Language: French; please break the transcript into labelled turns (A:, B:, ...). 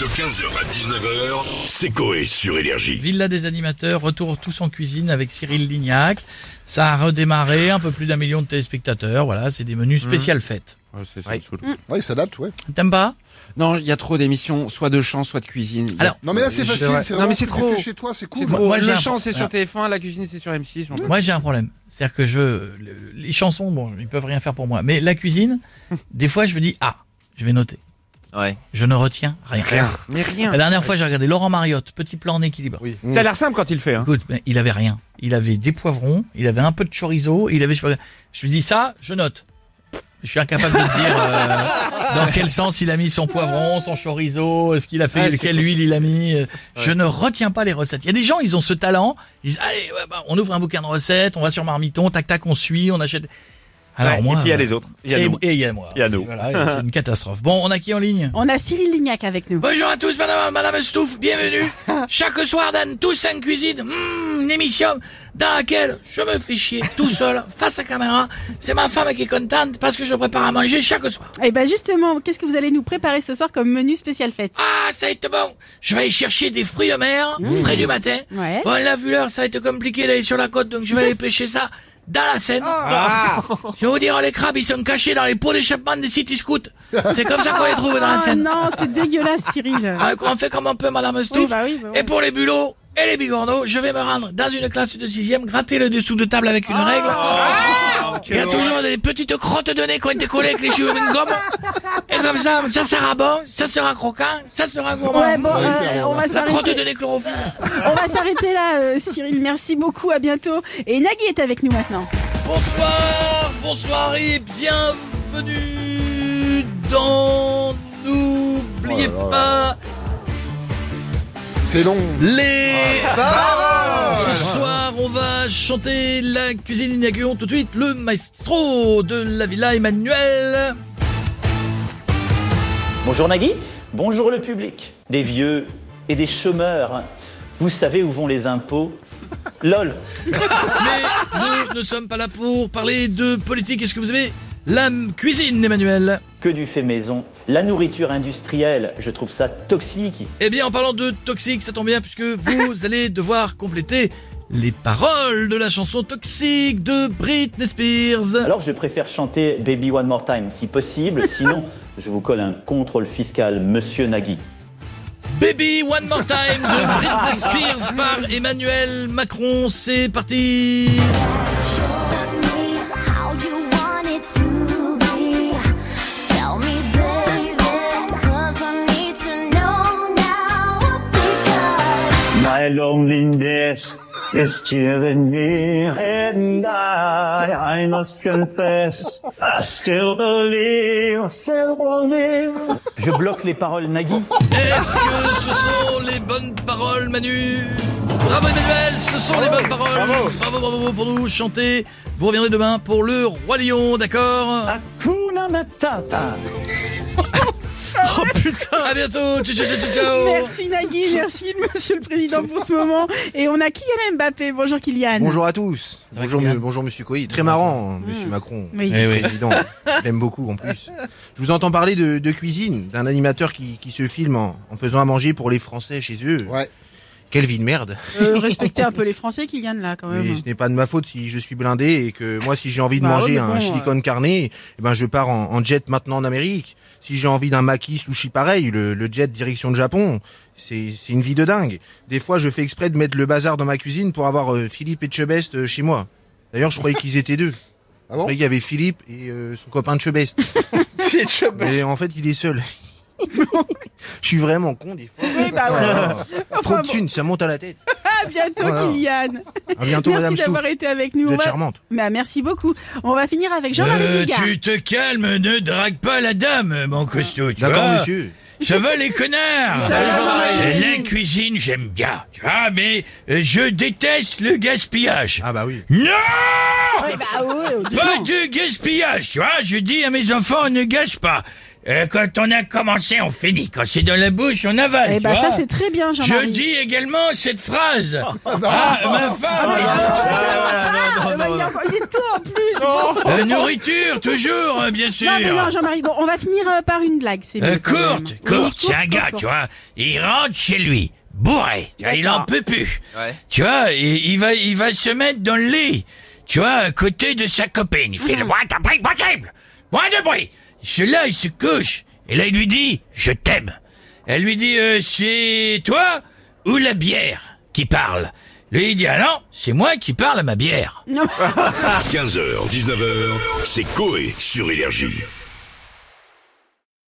A: De 15h à 19h, c'est Coé sur Énergie.
B: Villa des animateurs, retour tous en cuisine avec Cyril Lignac. Ça a redémarré, un peu plus d'un million de téléspectateurs. Voilà, c'est des
C: Mmh.
B: menus spécial fêtes.
D: Ouais, c'est ça,
C: Ouais.
D: me saoule.
E: Ouais, il s'adapte, ouais.
B: T'aimes pas
C: Non, il y a trop d'émissions, soit de chant, soit de cuisine. Il y a-
B: Alors,
E: Non, mais là, c'est
C: C'est
E: facile.
C: vrai.
E: C'est
C: Non,
E: vraiment
C: mais c'est
E: tu le
C: trop.
E: fais chez toi, c'est
C: c'est
E: cool.
C: trop.
B: Moi, j'ai
C: Oh, le
B: un-
C: chant, c'est sur
B: Alors.
C: TF1, la cuisine, c'est sur M6. on peut-
B: Moi, j'ai un problème. C'est-à-dire que je, le- les chansons, bon, ils peuvent rien faire pour moi. Mais la cuisine, des fois, je me dis, ah, je vais noter.
C: Ouais.
B: Je ne retiens rien.
C: Rien. Mais rien.
B: La dernière fois, j'ai regardé Laurent Mariotte, petit plan en équilibre.
C: Ça a l'air simple quand il le fait. Hein.
B: Écoute, mais il avait rien. Il avait des poivrons, il avait un peu de chorizo, il avait. Je, sais pas- je lui dis ça, je note. Je suis incapable de te dire euh, dans quel sens il a mis son poivron, son chorizo, ce qu'il a fait,
C: Ah, c'est
B: quelle
C: cool.
B: huile il a mis. euh, Je ne retiens pas les recettes. Il y a des gens, ils ont ce talent. Ils disent allez, ouais, bah, on ouvre un bouquin de recettes, on va sur Marmiton, tac tac, on suit, on achète. Alors
C: Ouais,
B: moi,
C: et puis il y a
B: euh,
C: les autres. Il y a
B: et-
C: nous.
B: et il y a moi.
C: Il y a nous.
B: Voilà, et c'est une catastrophe. Bon, on a qui en ligne
F: On a Cyril Lignac avec nous.
B: Bonjour à tous, madame, madame Stouff, bienvenue. Chaque soir dans Toussaint Cuisine, hmm, une émission dans laquelle je me fais chier tout seul, face à caméra. C'est ma femme qui est contente parce que je prépare à manger chaque soir.
F: Et ben justement, qu'est-ce que vous allez nous préparer ce soir comme menu spécial fête
B: Ah, ça va être bon. Je vais aller chercher des fruits de mer, frais du matin.
F: Mmh. Ouais.
B: Bon, là, vu l'heure, ça va être compliqué d'aller sur la côte, donc je vais aller pêcher ça dans la
F: Oh.
B: Seine.
F: Ah.
B: Je vais vous dire, les crabes, ils sont cachés dans les pots d'échappement des city scouts. C'est comme ça qu'on les trouve dans la
F: Ah
B: Seine.
F: non, c'est dégueulasse Cyril.
B: Ah, on fait comme on peut, Madame Stouff.
F: Oui, bah oui, bah oui.
B: Et pour les bulots et les bigorneaux, je vais me rendre dans une classe de sixième, gratter le dessous de table avec une règle. Il y a toujours des petites crottes de nez qui ont été collées avec les cheveux d'une gomme. Et comme ça, ça sera bon, ça sera croquant, ça sera gourmand.
F: Ouais, bon, euh, on va
B: La crotte de
F: s'arrêter.
B: nez chlorophylle.
F: On va s'arrêter là, euh, Cyril. Merci beaucoup. À bientôt. Et Nagui est avec nous maintenant.
B: Bonsoir, bonsoir et bienvenue dans N'oubliez
E: Oh
B: pas
E: là C'est long.
B: les Ce soir, on va chanter la cuisine inaugurant tout de suite le maestro de la villa Emmanuel.
G: Bonjour Nagui, bonjour le public, des vieux et des chômeurs. Vous savez où vont les impôts LOL
B: Mais nous ne sommes pas là pour parler de politique. Est-ce que vous avez la m- cuisine, Emmanuel
G: Que du fait maison, la nourriture industrielle, je trouve ça toxique.
B: Eh bien, en parlant de toxique, ça tombe bien puisque vous allez devoir compléter les paroles de la chanson toxique de Britney Spears.
G: Alors je préfère chanter Baby One More Time si possible, sinon je vous colle un contrôle fiscal, monsieur Nagui.
B: Baby One More Time de Britney Spears par Emmanuel Macron. C'est parti.
H: How you want it to be? Tell me, baby, 'cause I need to know now. Because
G: My loneliness is killing me, and I, I must confess, I still believe, still believe. Je bloque les paroles, Nagui.
B: Est-ce que ce sont les bonnes paroles, Manu Bravo Emmanuel, ce sont les bonnes paroles. Bravo. bravo, bravo pour nous chanter. Vous reviendrez demain pour le Roi Lion, d'accord
G: Hakuna Matata.
B: Oh putain À bientôt, ciao, ciao, ciao, ciao.
F: Merci Nagui. Merci Monsieur le Président pour ce moment. Et on a Kylian Mbappé. Bonjour Kylian.
I: Bonjour à tous.
B: va,
I: Bonjour,
B: Kylian
I: mu- bonjour Monsieur Coy. Très marrant, hein, Monsieur Macron.
F: Oui.
B: Eh oui.
I: Président. Je l'aime beaucoup en plus. Je vous entends parler de, de cuisine, d'un animateur qui, qui se filme en, en faisant à manger pour les Français chez eux.
E: Ouais.
I: Quelle vie de merde.
F: Euh, respectez un peu les Français, Kylian là quand même.
I: Mais ce n'est pas de ma faute si je suis blindé et que moi, si j'ai envie de
F: Bah
I: manger
F: ouais, mais
I: un
F: bon,
I: chili con carne, eh ben je pars en, en jet maintenant en Amérique. Si j'ai envie d'un maki sushi pareil, le, le jet direction le Japon, c'est c'est une vie de dingue. Des fois, je fais exprès de mettre le bazar dans ma cuisine pour avoir euh, Philippe et Chebest euh, chez moi. D'ailleurs, je croyais qu'ils étaient deux.
E: Ah bon
I: Après, il y avait Philippe et euh, son copain de Chebest. Mais en fait, il est seul. je suis vraiment con des fois.
F: Oui, bah ouais.
I: Trop
F: Enfin,
I: de thunes, ça monte à la tête.
F: À bientôt
I: Voilà.
F: Kylian.
I: À bientôt,
F: Merci
I: Madame Stouff.
F: d'avoir été avec nous.
I: Vous
F: On
I: êtes
F: va-
I: charmante.
F: Bah, merci beaucoup. On va finir avec Jean-Marie
B: Euh,
F: Bigard.
B: tu te calmes, ne drague pas la dame, mon costaud. tu
I: D'accord,
B: vois.
I: monsieur.
B: Je veux les connards
C: Jean-Marie.
B: La cuisine, j'aime bien, tu vois, mais euh, je déteste le gaspillage.
I: Ah bah oui.
B: Non
F: Ouais, bah ouais,
B: Pas
F: doucement.
B: de gaspillage, tu vois, je dis à mes enfants, on ne gâche pas. Euh, quand on a commencé, on finit. Quand c'est dans la bouche, on avale.
F: Eh
B: tu
F: bah
B: vois.
F: ça c'est très bien
B: Je
F: Jean-Marie.
B: dis également cette phrase. Ah, ma
F: Oh,
B: femme.
F: Ah, bah, il, est encore- il est tôt en plus.
B: La nourriture, toujours, euh, bien sûr.
F: Non, mais non, Jean-Marie, bon, on va finir euh, par une blague, c'est
B: Euh,
F: mieux quand même.
B: courte,
F: Oui,
B: courte, c'est un gars,
F: courte,
B: tu vois. Il rentre chez lui, bourré. Tu vois, Il en peut plus. Tu vois, il, il va, il va se mettre dans le lit. Tu vois, à côté de sa copine. Il fait
F: Mhm.
B: le moins de bruit possible. Moins de bruit. Celui-là, il se couche. Et là, il lui dit, je t'aime. Elle lui dit, euh, c'est toi ou la bière qui parle? Lui, il dit, ah non, c'est moi qui parle à ma bière.
F: Non.
A: 15h, 19h, c'est Coé sur Énergie.